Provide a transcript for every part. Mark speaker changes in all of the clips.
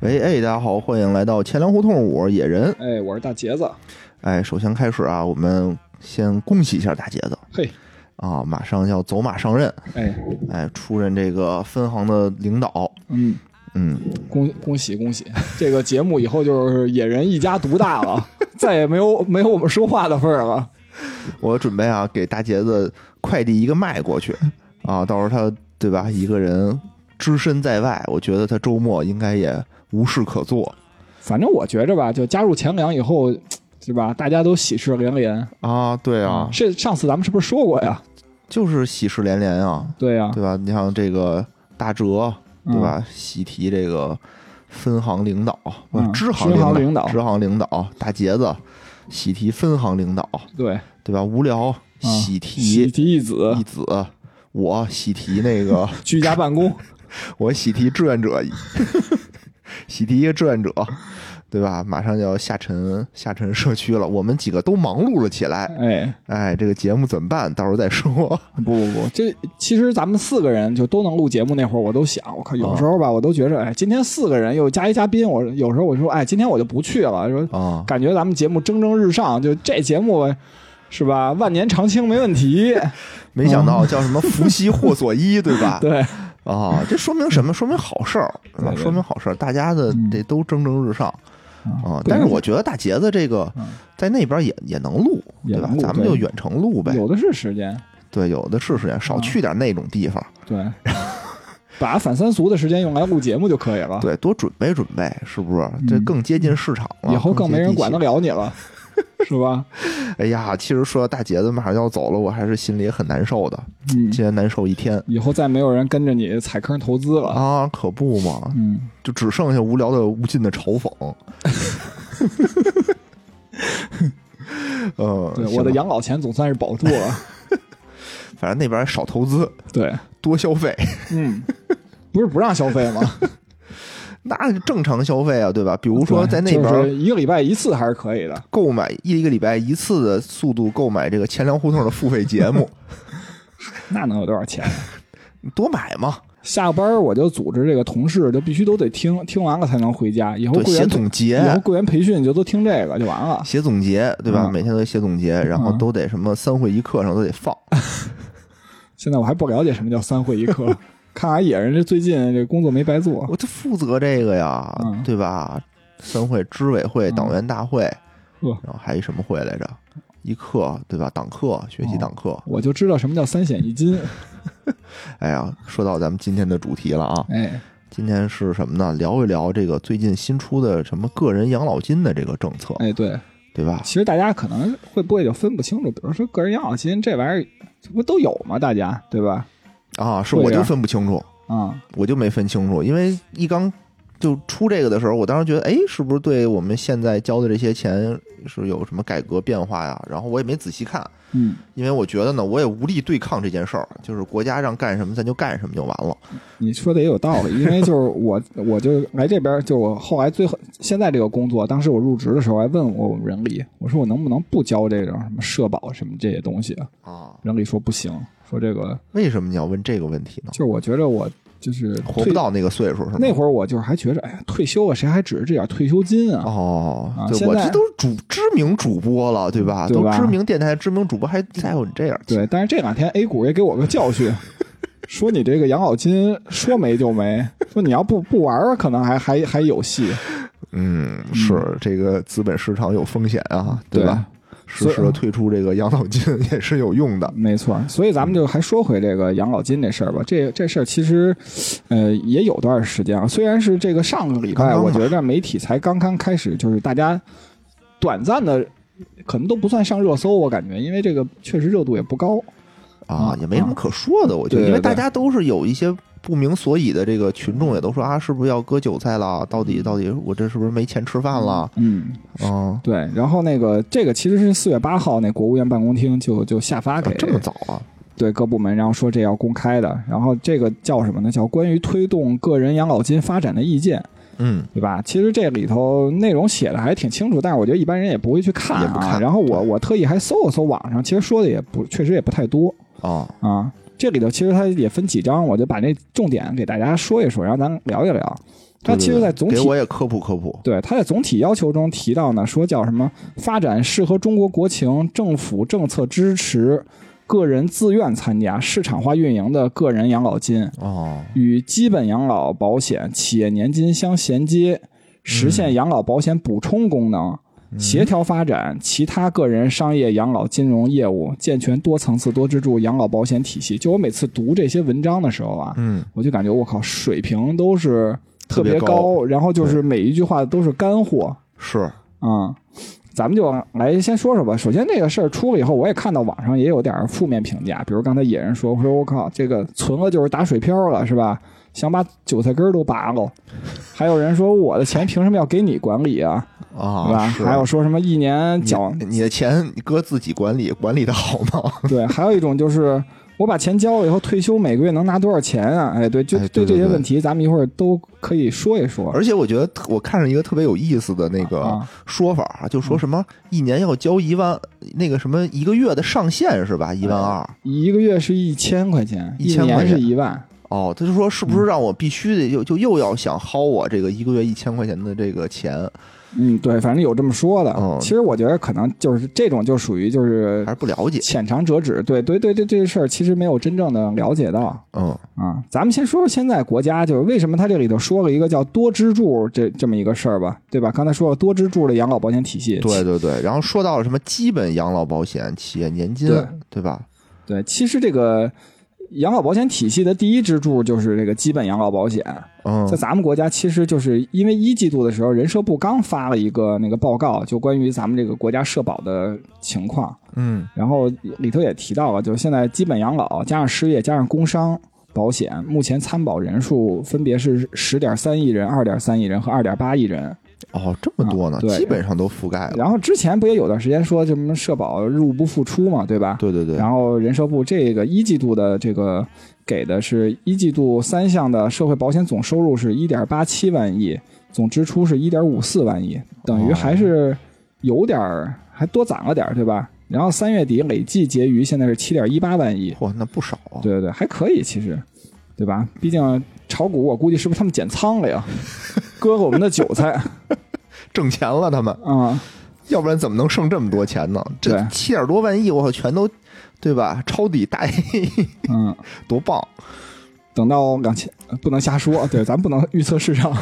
Speaker 1: 喂，哎，大家好，欢迎来到钱粮胡同，我是野人。
Speaker 2: 哎，我是大茄子。
Speaker 1: 哎，首先开始啊，我们先恭喜一下大杰子
Speaker 2: 嘿，
Speaker 1: 啊，马上要走马上任，
Speaker 2: 哎，
Speaker 1: 哎，出任这个分行的领导。
Speaker 2: 嗯，
Speaker 1: 嗯，
Speaker 2: 恭恭喜恭喜！这个节目以后就是野人一家独大了，再也没有没有我们说话的份儿了。
Speaker 1: 我准备啊给大杰子快递一个麦过去啊，到时候他对吧，一个人只身在外，我觉得他周末应该也无事可做
Speaker 2: 反正我觉着吧，就加入钱粮以后，是吧？大家都喜事连连。
Speaker 1: 啊。对啊，
Speaker 2: 这上次咱们是不是说过呀？
Speaker 1: 就是喜事连连啊，
Speaker 2: 对呀、
Speaker 1: 对吧？你像这个大哲，
Speaker 2: 嗯
Speaker 1: 对吧？喜提这个分行领导、
Speaker 2: 嗯
Speaker 1: 支行
Speaker 2: 支行
Speaker 1: 领
Speaker 2: 领导
Speaker 1: 支行领导大杰子，喜提分行领导，
Speaker 2: 对，
Speaker 1: 对吧？无聊喜
Speaker 2: 嗯喜
Speaker 1: 提
Speaker 2: 提一子
Speaker 1: 一，子，我喜提那个，
Speaker 2: 居家办 公。
Speaker 1: 我喜提志愿者， 喜提一个志愿者，对吧？马上就要下沉下沉社区了，我们几个都忙碌了起来。
Speaker 2: 哎，
Speaker 1: 哎，这个节目怎么办？到时候再说。
Speaker 2: 不不不，这其实咱们四个人就都能录节目那会儿，我都想，我靠，有时候吧，我都觉着，哎，今天四个人又加一嘉宾，我有时候我就说，哎，今天我就不去了，说
Speaker 1: 啊、
Speaker 2: 感觉咱们节目蒸蒸日上，就这节目是吧？万年长青没 问题，
Speaker 1: 没想到叫什么福兮祸所依，对吧？
Speaker 2: 对，
Speaker 1: 啊、这说明什么？说明好事儿，对吧
Speaker 2: 对对
Speaker 1: 说明好事儿，大家
Speaker 2: 嗯
Speaker 1: 的这都蒸蒸日上啊、
Speaker 2: 对
Speaker 1: 但是我觉得大杰子这个
Speaker 2: 嗯
Speaker 1: 在那边也也能录，
Speaker 2: 也
Speaker 1: 对吧
Speaker 2: 能？录
Speaker 1: 咱们
Speaker 2: 对
Speaker 1: 就远程录呗。
Speaker 2: 有啊的是时间，
Speaker 1: 对，有的是时间，少去点那种地方。
Speaker 2: 对， 把反三俗的时间用来录节目就可以了，
Speaker 1: 对，多准备准备，是不是？这更接近市场了，
Speaker 2: 嗯以后更
Speaker 1: 更接
Speaker 2: 没人
Speaker 1: 地气
Speaker 2: 管得。了你了，是 吧？
Speaker 1: 哎呀，其实说到大杰子马上要走了，我还是心里很难受的，
Speaker 2: 嗯
Speaker 1: 今，天难受一天
Speaker 2: 以后再没有人跟着你踩坑投资了，
Speaker 1: 啊，可不嘛，
Speaker 2: 嗯，
Speaker 1: 就只剩下无聊的、无尽的嘲讽。呃，
Speaker 2: 对，
Speaker 1: 行
Speaker 2: 我
Speaker 1: 吧
Speaker 2: 的养老钱总算是保 住了，
Speaker 1: 反正那边少投资，
Speaker 2: 对，
Speaker 1: 多消费，
Speaker 2: 嗯，不是不让消费吗？
Speaker 1: 那正常消费啊，对吧？比如说在那
Speaker 2: 就
Speaker 1: 边
Speaker 2: 是一个礼拜一次还是可以的，
Speaker 1: 购买一个礼拜一次的速度购买这个钱粮胡同的付费节目，
Speaker 2: 那能有多少钱？
Speaker 1: 多买嘛，
Speaker 2: 下班儿我就组织这个同事，就必须都得听，听完了才能回家。以后
Speaker 1: 对，
Speaker 2: 会
Speaker 1: 写
Speaker 2: 员
Speaker 1: 总结
Speaker 2: 以，后会员培训就都听这个就完了。
Speaker 1: 写总结，对吧？
Speaker 2: 嗯
Speaker 1: 每天都写总结，然后
Speaker 2: 嗯
Speaker 1: 都得什么三会一课上都得放，
Speaker 2: 现在我还不了解什么叫三会一课， 看来野人这最近这工作没白 做。
Speaker 1: 我就负责这个呀
Speaker 2: 嗯，
Speaker 1: 对吧？三会、支委会、
Speaker 2: 嗯
Speaker 1: 党员大会，
Speaker 2: 呵
Speaker 1: 然后还有什么会来着？一课，对吧？党课，学习
Speaker 2: 哦
Speaker 1: 党课。
Speaker 2: 我就知道什么叫三险一金。
Speaker 1: 哎呀，说到咱们今天的主题了啊，
Speaker 2: 哎，
Speaker 1: 今天是什么呢？聊一聊这个最近新出的什么个人养老金的这个政策，
Speaker 2: 哎，对，
Speaker 1: 对吧？
Speaker 2: 其实大家可能会不会就分不清楚，比如说个人养老金这玩意儿，这不都有吗？大家对吧？
Speaker 1: 啊，是
Speaker 2: 对呀
Speaker 1: 我就分不清楚，
Speaker 2: 啊、
Speaker 1: 我就没分清楚，因为一刚就出这个的时候，我当时觉得，哎，是不是对我们现在交的这些钱是有什么改革变化呀？然后我也没仔细看，
Speaker 2: 嗯，
Speaker 1: 因为我觉得呢，我也无力对抗这件事儿，就是国家让干什么咱就干什么就完了。
Speaker 2: 你说的也有道理，因为就是我，我就来这边，就我后来最后现在这个工作，当时我入职的时候还问过我们人力，我说我能不能不交这种什么社保什么这些东西啊？
Speaker 1: 啊，
Speaker 2: 人力说不行，说这个
Speaker 1: 为什么你要问这个问题呢
Speaker 2: 就？是我觉着我就是
Speaker 1: 活不
Speaker 2: 退
Speaker 1: 到那个岁数是吗？
Speaker 2: 那会儿，我就是还觉着，哎呀，退休啊，谁还指着这点退休金啊？
Speaker 1: 哦
Speaker 2: 啊，
Speaker 1: 对，
Speaker 2: 现
Speaker 1: 我
Speaker 2: 在
Speaker 1: 这都是主知名主播了，对吧？
Speaker 2: 对
Speaker 1: 都
Speaker 2: 吧
Speaker 1: 知名电台知名主播还在乎你这样？，
Speaker 2: 对，但是这两天 A 股也给我个教训，说你这个养老金说没就没，说你要不不玩儿，可能还还还有戏，
Speaker 1: 嗯，是这个资本市场有风险啊，对吧？适
Speaker 2: 所以
Speaker 1: 时的退出这个养老金 也是有用的。
Speaker 2: 没错，所以咱们就还说回这个养老金这事儿吧。这这事儿其实，呃，也有段时间啊。虽然是这个上个礼
Speaker 1: 刚
Speaker 2: 拜，
Speaker 1: 刚吧
Speaker 2: 我觉得媒体才刚刚开始，就是大家短暂的，可能都不算上热搜，我感觉，因为这个确实热度也不高。
Speaker 1: 啊
Speaker 2: 啊，
Speaker 1: 也没什么可说的，我觉得，
Speaker 2: 对对
Speaker 1: 因为大
Speaker 2: 对
Speaker 1: 家都是有一些不明所以的，这个群众也都说啊，是不是要割韭菜了？到底到底我这是不是没钱吃饭了？
Speaker 2: 嗯，
Speaker 1: 嗯，
Speaker 2: 对。然后那个这个其实是四月八号，那国务院办公厅就就下发
Speaker 1: 啊
Speaker 2: 给、
Speaker 1: 这么早啊？
Speaker 2: 对各部门，然后说这要公开的。然后这个叫什么呢？叫关于推动个人养老金发展的意见。
Speaker 1: 嗯，
Speaker 2: 对吧？其实这里头内容写的还挺清楚，但是我觉得一般人也不会去看
Speaker 1: 也
Speaker 2: 啊。
Speaker 1: 不看
Speaker 2: 然后我我特意还搜了搜网上，其实说的也不确实也不太多啊
Speaker 1: 哦，
Speaker 2: 啊。这里头其实它也分几章，我就把那重点给大家说一说，然后咱聊一聊。它其实，在总体
Speaker 1: 给我也科普科普。
Speaker 2: 对，它在总体要求中提到呢，说叫什么发展适合中国国情、政府政策支持、个人自愿参加、市场化运营的个人养老金，
Speaker 1: 哦，
Speaker 2: 与基本养老保险、企业年金相衔接，实现养老保险补充功能，
Speaker 1: 嗯
Speaker 2: 协调发展其他个人、商业养老金融业务，健全多层次、多支柱养老保险体系。就我每次读这些文章的时候啊，
Speaker 1: 嗯，
Speaker 2: 我就感觉我靠，水平都是特
Speaker 1: 特别高
Speaker 2: 然后就是每一句话都是干货
Speaker 1: 是，
Speaker 2: 啊、咱们就来先说说吧。首先这个事儿出了以后，我也看到网上也有点儿负面评价，比如刚才野人说，我说我靠，这个存了就是打水漂了，是吧？想把韭菜根儿都拔了。还有人说我的钱凭什么要给你管理啊？对吧？
Speaker 1: 啊，是。
Speaker 2: 还有说什么一年缴
Speaker 1: 你你的钱你哥自己管理，管理的好吗？
Speaker 2: 对，还有一种就是我把钱交了以后，退休每个月能拿多少钱啊？哎，对，就
Speaker 1: 哎对
Speaker 2: 这
Speaker 1: 对
Speaker 2: 些
Speaker 1: 对
Speaker 2: 问题，咱们一会儿都可以说一说。
Speaker 1: 而且我觉得特我看上一个特别有意思的那个
Speaker 2: 啊
Speaker 1: 说法啊，就说什么一年要交一万，那个什么一个月的上限是吧？一万二。
Speaker 2: 一个月是一千块钱，一
Speaker 1: 1000块
Speaker 2: 年
Speaker 1: 钱
Speaker 2: 是一万。
Speaker 1: 哦，他就说是不
Speaker 2: 嗯
Speaker 1: 是让我必须得就就又要想薅我这个一个月一千块钱的这个钱，
Speaker 2: 嗯，对，反正有这么说的。
Speaker 1: 嗯
Speaker 2: 其实我觉得可能就是这种，就属于就是
Speaker 1: 还是不了解？
Speaker 2: 浅尝辄止。对对对对，这事儿其实没有真正的了解到
Speaker 1: 嗯
Speaker 2: 啊。咱们先说说现在国家就是为什么它这里头说了一个叫多支柱这这么一个事儿吧，对吧？刚才说了多支柱的养老保险体系，
Speaker 1: 对对对，然后说到了什么基本养老保险、企业年金，
Speaker 2: 对
Speaker 1: 对吧？
Speaker 2: 对，其实这个养老保险体系的第一支柱就是这个基本养老保险，
Speaker 1: 嗯
Speaker 2: 在咱们国家其实就是因为一季度的时候，人社部刚发了一个那个报告，就关于咱们这个国家社保的情况，
Speaker 1: 嗯
Speaker 2: 然后里头也提到了，就是现在基本养老加上失业加上工伤。保险目前参保人数分别是十点三亿人、二点三亿人和二点八亿人。
Speaker 1: 哦，这么多呢
Speaker 2: 啊，对
Speaker 1: 基本上都覆盖了。
Speaker 2: 然后之前不也有段时间说什么社保入不敷出嘛，对吧？
Speaker 1: 对对对，
Speaker 2: 然后人社部这个一季度的这个给的是一季度三项的社会保险总收入是一点八七万亿，总支出是一点五四万亿，等于
Speaker 1: 哦
Speaker 2: 还是有点儿，还多攒了点儿，对吧？然后三月底累计结余现在是七点一八万亿，
Speaker 1: 嚯，那不少啊。
Speaker 2: 对对对，还可以其实，对吧？毕竟炒股我估计是不是他们减仓 了呀，割了我们的韭菜啊、
Speaker 1: 挣钱了，他们要不然怎么能剩这么多钱呢？这
Speaker 2: 对
Speaker 1: 七点多万亿，我靠，全都对吧？抄底大
Speaker 2: 嗯，
Speaker 1: 多棒！
Speaker 2: 等到两千不能瞎说，对，咱不能预测市场。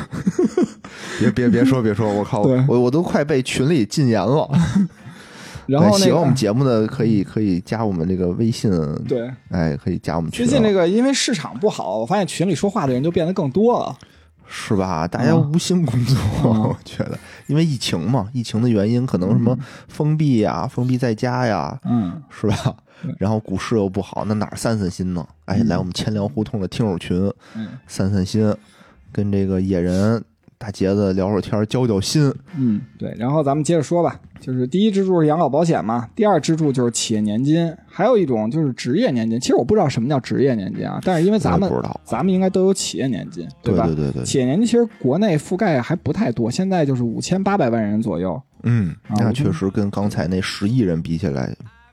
Speaker 1: 别别别说别说，我靠，
Speaker 2: 对
Speaker 1: 我我都快被群里禁言了。
Speaker 2: 然后那
Speaker 1: 哎喜欢我
Speaker 2: 个
Speaker 1: 们节目的可以可以加我们这个微信，
Speaker 2: 对。
Speaker 1: 哎，可以加我们群
Speaker 2: 最
Speaker 1: 了。
Speaker 2: 近这个因为市场不好，我发现群里说话的人就变得更多了。
Speaker 1: 是吧？大家
Speaker 2: 嗯
Speaker 1: 无心工作，我觉得，因为疫情嘛，疫情的原因，可能什么封闭呀、封闭在家呀，
Speaker 2: 嗯，
Speaker 1: 是吧？然后股市又不好，那哪儿散散心呢？哎，来我们千聊胡同的听友群
Speaker 2: 嗯
Speaker 1: 散散心，跟这个野人大杰子聊会儿天儿，交交心。
Speaker 2: 嗯，对。然后咱们接着说吧，就是第一支柱是养老保险嘛，第二支柱就是企业年金，还有一种就是职业年金。其实我不知道什么叫职业年金啊，但是因为咱
Speaker 1: 我也
Speaker 2: 们
Speaker 1: 不知道，
Speaker 2: 咱们应该都有企业年金，
Speaker 1: 对
Speaker 2: 吧？
Speaker 1: 对对对，
Speaker 2: 企业年金其实国内覆盖还不太多，现在就是五千八百万人左右。
Speaker 1: 嗯，
Speaker 2: 啊
Speaker 1: 那
Speaker 2: 我
Speaker 1: 确实跟刚才那十亿人比起来，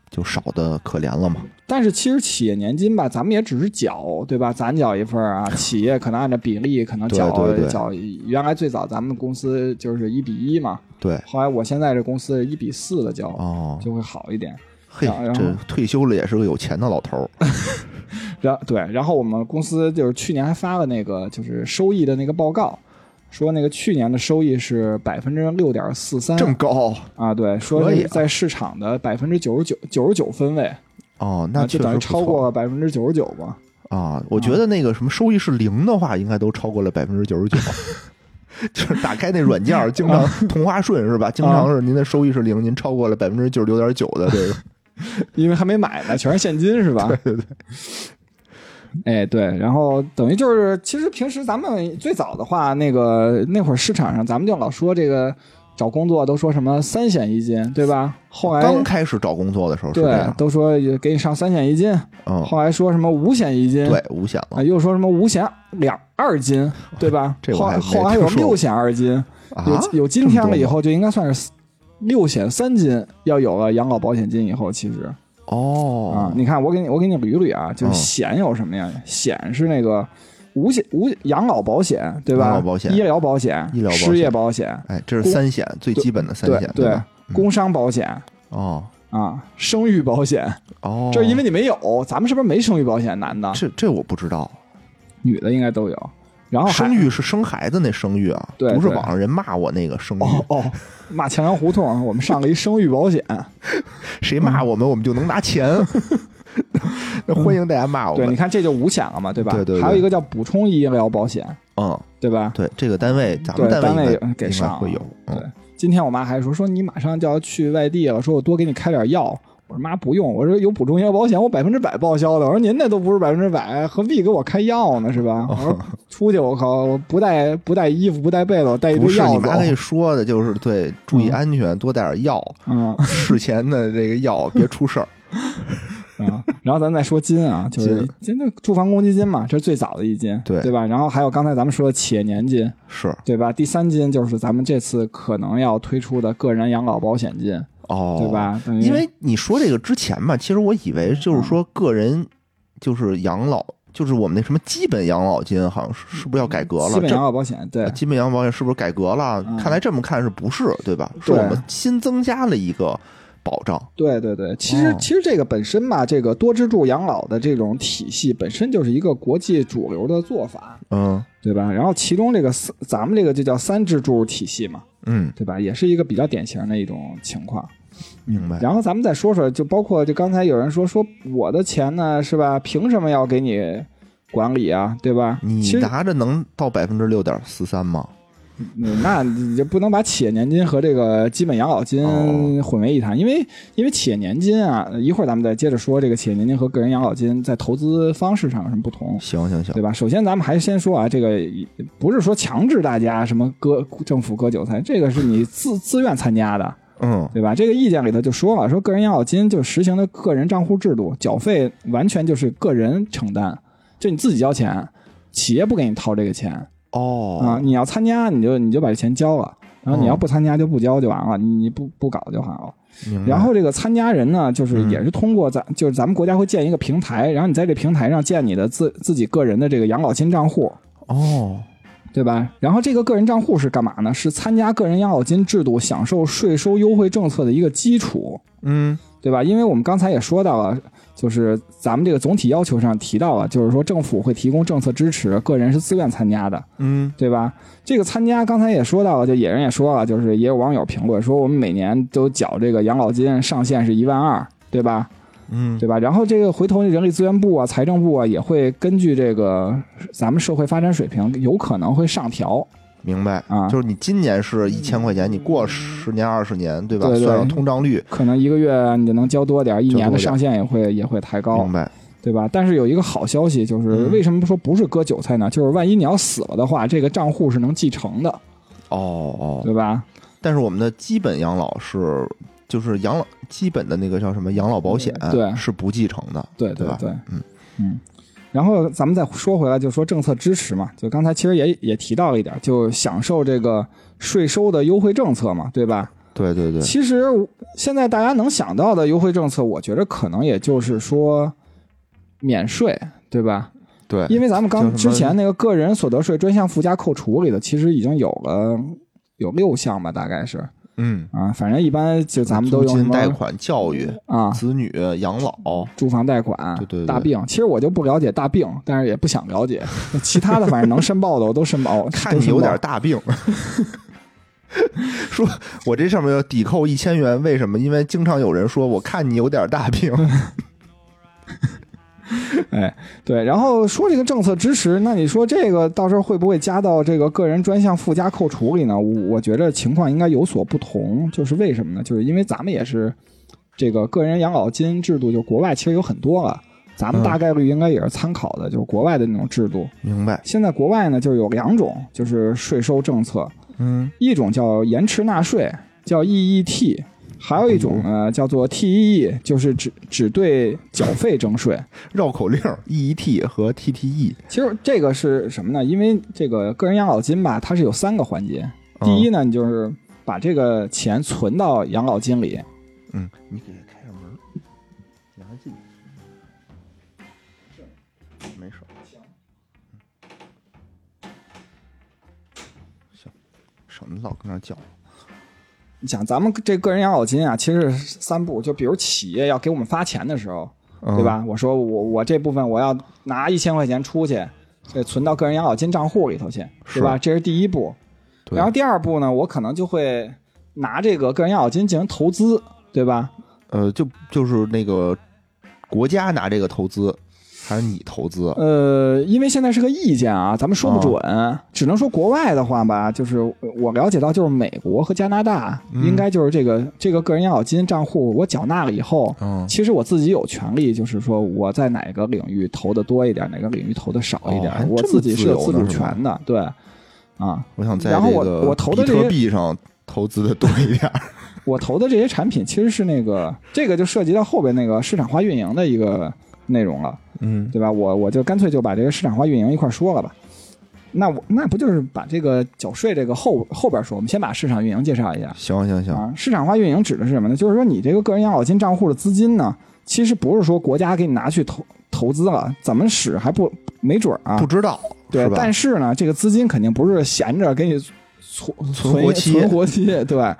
Speaker 1: 就少的可怜了嘛。
Speaker 2: 但是其实企业年金吧，咱们也只是缴，对吧？咱缴一份儿啊，企业可能按照比例可能缴
Speaker 1: 对对对
Speaker 2: 缴，原来最早咱们公司就是一比一嘛，
Speaker 1: 对，
Speaker 2: 后来我现在这公司是一比四的交，
Speaker 1: 哦，
Speaker 2: 就会好一点。
Speaker 1: 嘿
Speaker 2: 然后，
Speaker 1: 这退休了也是个有钱的老头儿。
Speaker 2: 然对，然后我们公司就是去年还发了那个就是收益的那个报告，说那个去年的收益是百分之六点四三
Speaker 1: 这么高
Speaker 2: 啊，对，说
Speaker 1: 可以
Speaker 2: 是
Speaker 1: 啊
Speaker 2: 在市场的百分之九十九九十九分位，
Speaker 1: 哦，
Speaker 2: 啊
Speaker 1: 那
Speaker 2: 就
Speaker 1: 确
Speaker 2: 等于
Speaker 1: 实
Speaker 2: 超
Speaker 1: 不错
Speaker 2: 过嗯百分之九十九吧。
Speaker 1: 啊！我觉得那个什么收益是零的话，应该都超过了百分之九 十九。就是打开那软件儿，经常
Speaker 2: 啊
Speaker 1: 同花顺是吧？经常是您的收益是零，您超过了百分之九十九点九的这个。
Speaker 2: 因为还没买呢，全是现金是吧？ 对对对。哎，对，然后等于就是，其实平时咱们最早的话，那个那会儿市场上，咱们就老说这个找工作都说什么三险一金，对吧？后来
Speaker 1: 刚开始找工作的时候是这
Speaker 2: 对
Speaker 1: 样，
Speaker 2: 都说也给你上三险一金，
Speaker 1: 嗯，
Speaker 2: 后来说什么五险一金，
Speaker 1: 对，五险
Speaker 2: 啊，
Speaker 1: 了
Speaker 2: 又说什么五险两二金，对吧？
Speaker 1: 这我
Speaker 2: 后
Speaker 1: 还没
Speaker 2: 后来还有
Speaker 1: 听说过
Speaker 2: 六险二金，
Speaker 1: 啊！
Speaker 2: 有有今
Speaker 1: 这么
Speaker 2: 天
Speaker 1: 多
Speaker 2: 了以
Speaker 1: 吗
Speaker 2: 后，就应该算是六险三金，要有了养老保险金以后，其实。啊
Speaker 1: 哦，，
Speaker 2: 你看我给你我给你捋捋啊，就
Speaker 1: 嗯
Speaker 2: 是险有什么呀？险是那个五险五养老保险对吧？
Speaker 1: 养老保险
Speaker 2: 医疗保险、
Speaker 1: 医疗保险
Speaker 2: 失业保险，
Speaker 1: 哎，这是三险最基本的三
Speaker 2: 对
Speaker 1: 险，
Speaker 2: 对
Speaker 1: 吧？嗯
Speaker 2: 工伤保险
Speaker 1: 哦
Speaker 2: 啊，生育保险，
Speaker 1: 哦，
Speaker 2: 这因为你没有，咱们是不是没生育保险？男的、
Speaker 1: 这这我不知道，
Speaker 2: 女的应该都有。然哦后还
Speaker 1: 生育是生孩子那生育啊，
Speaker 2: 对
Speaker 1: 不是
Speaker 2: 对
Speaker 1: 网上人骂我那个生育，
Speaker 2: 哦哦，骂强阳胡同，我们上了一生育保险。
Speaker 1: 谁骂
Speaker 2: 嗯
Speaker 1: 我们我们就能拿钱， 那欢迎大家骂我
Speaker 2: 对，你
Speaker 1: 们，
Speaker 2: 看这就五险了嘛，对吧？
Speaker 1: 对对对
Speaker 2: 还有一个叫补充医疗保险，
Speaker 1: 嗯，
Speaker 2: 对吧？
Speaker 1: 对，这个单位咱们单
Speaker 2: 对
Speaker 1: 位
Speaker 2: 单
Speaker 1: 应
Speaker 2: 位
Speaker 1: 该
Speaker 2: 给
Speaker 1: 应该
Speaker 2: 上
Speaker 1: 会有，嗯
Speaker 2: 对，今天我妈还说说你马上就要去外地了，说我多给你开点药。我说妈不用，我说有补充医疗保险，我百分之百报销的。我说您那都不是百分之百，何必给我开药呢？是吧？我
Speaker 1: 哦
Speaker 2: 说出去我靠，我不带不带衣服，不带被子，我带一
Speaker 1: 不
Speaker 2: 堆
Speaker 1: 是你
Speaker 2: 药走
Speaker 1: 妈。跟你说的，就是对，注意
Speaker 2: 嗯
Speaker 1: 安全，多带点 药，
Speaker 2: 嗯
Speaker 1: 事前的这个药别出事儿。
Speaker 2: 啊，然后咱再说金啊，就是金的住房公积金嘛，这是最早的一金，
Speaker 1: 对
Speaker 2: 对吧？然后还有刚才咱们说的企业年金，
Speaker 1: 是
Speaker 2: 对吧？第三金就是咱们这次可能要推出的个人养老保险金，
Speaker 1: 哦，
Speaker 2: 对？吧？嗯等于
Speaker 1: 因为你说这个之前吧，其实我以为就是说
Speaker 2: 嗯
Speaker 1: 个人就是养老，就是我们那什么基本养老金，好像是是不是要改革了？
Speaker 2: 基本养
Speaker 1: 这
Speaker 2: 老保险，对
Speaker 1: 基本养老保险是不是改革了？
Speaker 2: 嗯
Speaker 1: 看来这么看是不是对吧？是
Speaker 2: 对
Speaker 1: 我们新增加了一个保障。
Speaker 2: 对对对，其实、
Speaker 1: 哦
Speaker 2: 其实这个本身吧，这个多支柱养老的这种体系本身就是一个国际主流的做法，
Speaker 1: 嗯
Speaker 2: 对吧？然后其中这个三，咱们这个就叫三支柱体系嘛，
Speaker 1: 嗯，
Speaker 2: 对吧？也是一个比较典型的一种情况。
Speaker 1: 明白。
Speaker 2: 然后咱们再说说，就包括就刚才有人说说我的钱呢，是吧？凭什么要给你管理啊，对吧？
Speaker 1: 你
Speaker 2: 其实
Speaker 1: 拿着能到百分之六点四三吗？
Speaker 2: 嗯那你就不能把企业年金和这个基本养老金
Speaker 1: 哦
Speaker 2: 混为一谈，因为因为企业年金啊，一会儿咱们再接着说这个企业年金和个人养老金在投资方式上有什么不同，
Speaker 1: 行行行
Speaker 2: 对，吧？首先咱们还是先说啊，这个不是说强制大家什么割政府割韭菜，这个是你自自愿参加的，
Speaker 1: 嗯
Speaker 2: 对吧？这个意见里头就说了，说个人养老金就实行的个人账户制度，缴费完全就是个人承担，就你自己交钱，企业不给你掏这个钱。
Speaker 1: 哦嗯
Speaker 2: 啊，你要参加，你就你就把这钱交了，然后你要不参加就不交就完了，你你不不搞就完了。
Speaker 1: 明白
Speaker 2: 然后这个参加人呢，就是
Speaker 1: 嗯
Speaker 2: 也是通过咱就是咱们国家会建一个平台，然后你在这平台上建你的自自己个人的这个养老金账户，
Speaker 1: 哦，
Speaker 2: 对吧？然后这个个人账户是干嘛呢？是参加个人养老金制度享受税收优惠政策的一个基础。
Speaker 1: 嗯
Speaker 2: 对吧？因为我们刚才也说到了，就是咱们这个总体要求上提到了，就是说政府会提供政策支持，个人是自愿参加的。
Speaker 1: 嗯
Speaker 2: 对吧？这个参加刚才也说到了，就野人也说了，就是也有网友评论说，我们每年都缴这个养老金，上限是一万二，对吧？
Speaker 1: 嗯，
Speaker 2: 对吧？然后这个回头人力资源部啊、财政部啊也会根据这个咱们社会发展水平，有可能会上调。
Speaker 1: 明白
Speaker 2: 啊嗯
Speaker 1: 就是你今年是一千块钱，你过十年二十年，对吧？
Speaker 2: 对对
Speaker 1: 算上通胀率，
Speaker 2: 可能一个月你就能交多点儿，一嗯年的上限也会也会抬高
Speaker 1: 明，白？
Speaker 2: 对吧？但是有一个好消息，就是
Speaker 1: 嗯
Speaker 2: 为什么说不是割韭菜呢？就是万一你要死了的话，这个账户是能继承的，
Speaker 1: 哦哦，
Speaker 2: 对吧？
Speaker 1: 但是我们的基本养老是。就是养老基本的那个叫什么养老保险，
Speaker 2: 嗯对
Speaker 1: 是不继承的，
Speaker 2: 对
Speaker 1: 对
Speaker 2: 对
Speaker 1: 吧？
Speaker 2: 对，
Speaker 1: 嗯
Speaker 2: 嗯。然后咱们再说回来，就说政策支持嘛，就刚才其实也也提到了一点，就享受这个税收的优惠政策嘛，对吧？
Speaker 1: 对对对，
Speaker 2: 其实我现在大家能想到的优惠政策，我觉得可能也就是说免税，对吧？
Speaker 1: 对
Speaker 2: 因为咱们刚
Speaker 1: 叫什
Speaker 2: 之
Speaker 1: 么
Speaker 2: 前那个个人所得税专项附加扣除里头，其实已经有了有六项吧，大概是
Speaker 1: 嗯，
Speaker 2: 啊，反正一般就咱们都
Speaker 1: 租
Speaker 2: 用什
Speaker 1: 金、
Speaker 2: 么
Speaker 1: 贷款、教育、
Speaker 2: 啊，
Speaker 1: 子女养老，
Speaker 2: 住房贷款、
Speaker 1: 对对对
Speaker 2: 大病，其实我就不了解大病，但是也不想了解。其他的反正能申报的我都申报，
Speaker 1: 看
Speaker 2: 都
Speaker 1: 你
Speaker 2: 申
Speaker 1: 有
Speaker 2: 报
Speaker 1: 点大病。 说，我这上面要抵扣一千元，为什么？因为经常有人说，我看你有点大病。
Speaker 2: 哎，对。然后说这个政策支持，那你说这个到时候会不会加到这个个人专项附加扣除里呢？我我觉得情况应该有所不同，就是为什么呢？就是因为咱们也是这个个人养老金制度，就国外其实有很多了。咱们
Speaker 1: 嗯
Speaker 2: 大概率应该也是参考的，就是国外的那种制度。
Speaker 1: 明白？
Speaker 2: 现在国外呢，就有两种，就是税收政策，
Speaker 1: 嗯，
Speaker 2: 一种叫延迟纳税，叫 EET，还有一种呢叫做 TEE，就是只只对缴费征税。
Speaker 1: 绕口令儿 EET 和 E TTE。
Speaker 2: 其实这个是什么呢？因为这个个人养老金吧，它是有三个环节。
Speaker 1: 嗯
Speaker 2: 第一呢，你就是把这个钱存到养老金里。
Speaker 1: 嗯，你给他开上门，让他进去。没事儿。省得老跟那儿叫。
Speaker 2: 你想咱们这个人养老金啊，其实是三步，就比如企业要给我们发钱的时候，对吧？
Speaker 1: 嗯
Speaker 2: 我说我我这部分我要拿一千块钱出去，这存到个人养老金账户里头去，对吧？这是第一步。
Speaker 1: 对
Speaker 2: 然后第二步呢，我可能就会拿这个个人养老金进行投资，对吧？
Speaker 1: 呃，就就是那个国家拿这个投资，还是你投资？
Speaker 2: 呃，因为现在是个意见啊，咱们
Speaker 1: 嗯
Speaker 2: 说不准，只能说国外的话吧，就是我了解到，就是美国和加拿大、
Speaker 1: 嗯
Speaker 2: 应该就是这个这个个人养老金账户，我缴纳了以后，
Speaker 1: 嗯，
Speaker 2: 其实我自己有权利，就是说我在哪个领域投的多一点，哪个领域投的少一点，
Speaker 1: 哦还
Speaker 2: 我
Speaker 1: 这么
Speaker 2: 自己是有自
Speaker 1: 自由
Speaker 2: 主
Speaker 1: 呢是吗
Speaker 2: 权的，对，啊，
Speaker 1: 我想在
Speaker 2: 然后
Speaker 1: 这
Speaker 2: 我
Speaker 1: 个
Speaker 2: 我投的
Speaker 1: 比
Speaker 2: 这
Speaker 1: 特
Speaker 2: 些
Speaker 1: 币上投资的多一点儿。
Speaker 2: 我投的这些产品其实是那个这个就涉及到后边那个市场化运营的一个内容了。
Speaker 1: 嗯，
Speaker 2: 对吧？我我就干脆就把这个市场化运营一块儿说了吧。那我那不就是把这个缴税这个后后边说？我们先把市场运营介绍一下
Speaker 1: 行行行，
Speaker 2: 啊。市场化运营指的是什么呢？就是说你这个个人养老金账户的资金呢，其实不是说国家给你拿去投投资了，怎么使还不没准儿啊
Speaker 1: 不。知道
Speaker 2: 对
Speaker 1: 是，吧？
Speaker 2: 但是呢，这个资金肯定不是闲着给你存
Speaker 1: 存活期
Speaker 2: 存活期，对，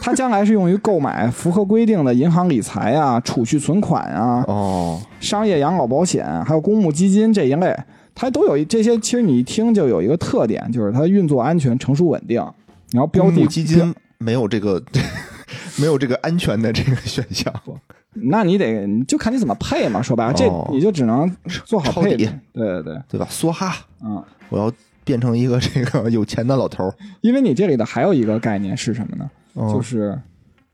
Speaker 2: 它将来是用于购买符合规定的银行理财啊、储蓄存款啊、
Speaker 1: 哦，
Speaker 2: 商业养老保险，还有公募基金这一类，它都有一这些。其实你一听就有一个特点，就是它运作安全、成熟稳定。然后标
Speaker 1: 公
Speaker 2: 的
Speaker 1: 募基，金没有这个 没有这个安全的这个选项。
Speaker 2: 那你得你就看你怎么配嘛。说白了，这
Speaker 1: 哦
Speaker 2: 你就只能做好
Speaker 1: 抄
Speaker 2: 配
Speaker 1: 底
Speaker 2: 置。对对对，
Speaker 1: 对吧？梭哈，
Speaker 2: 嗯，
Speaker 1: 我要变成一个这个有钱的老头儿，
Speaker 2: 因为你这里的还有一个概念是什么呢？
Speaker 1: 嗯
Speaker 2: 就是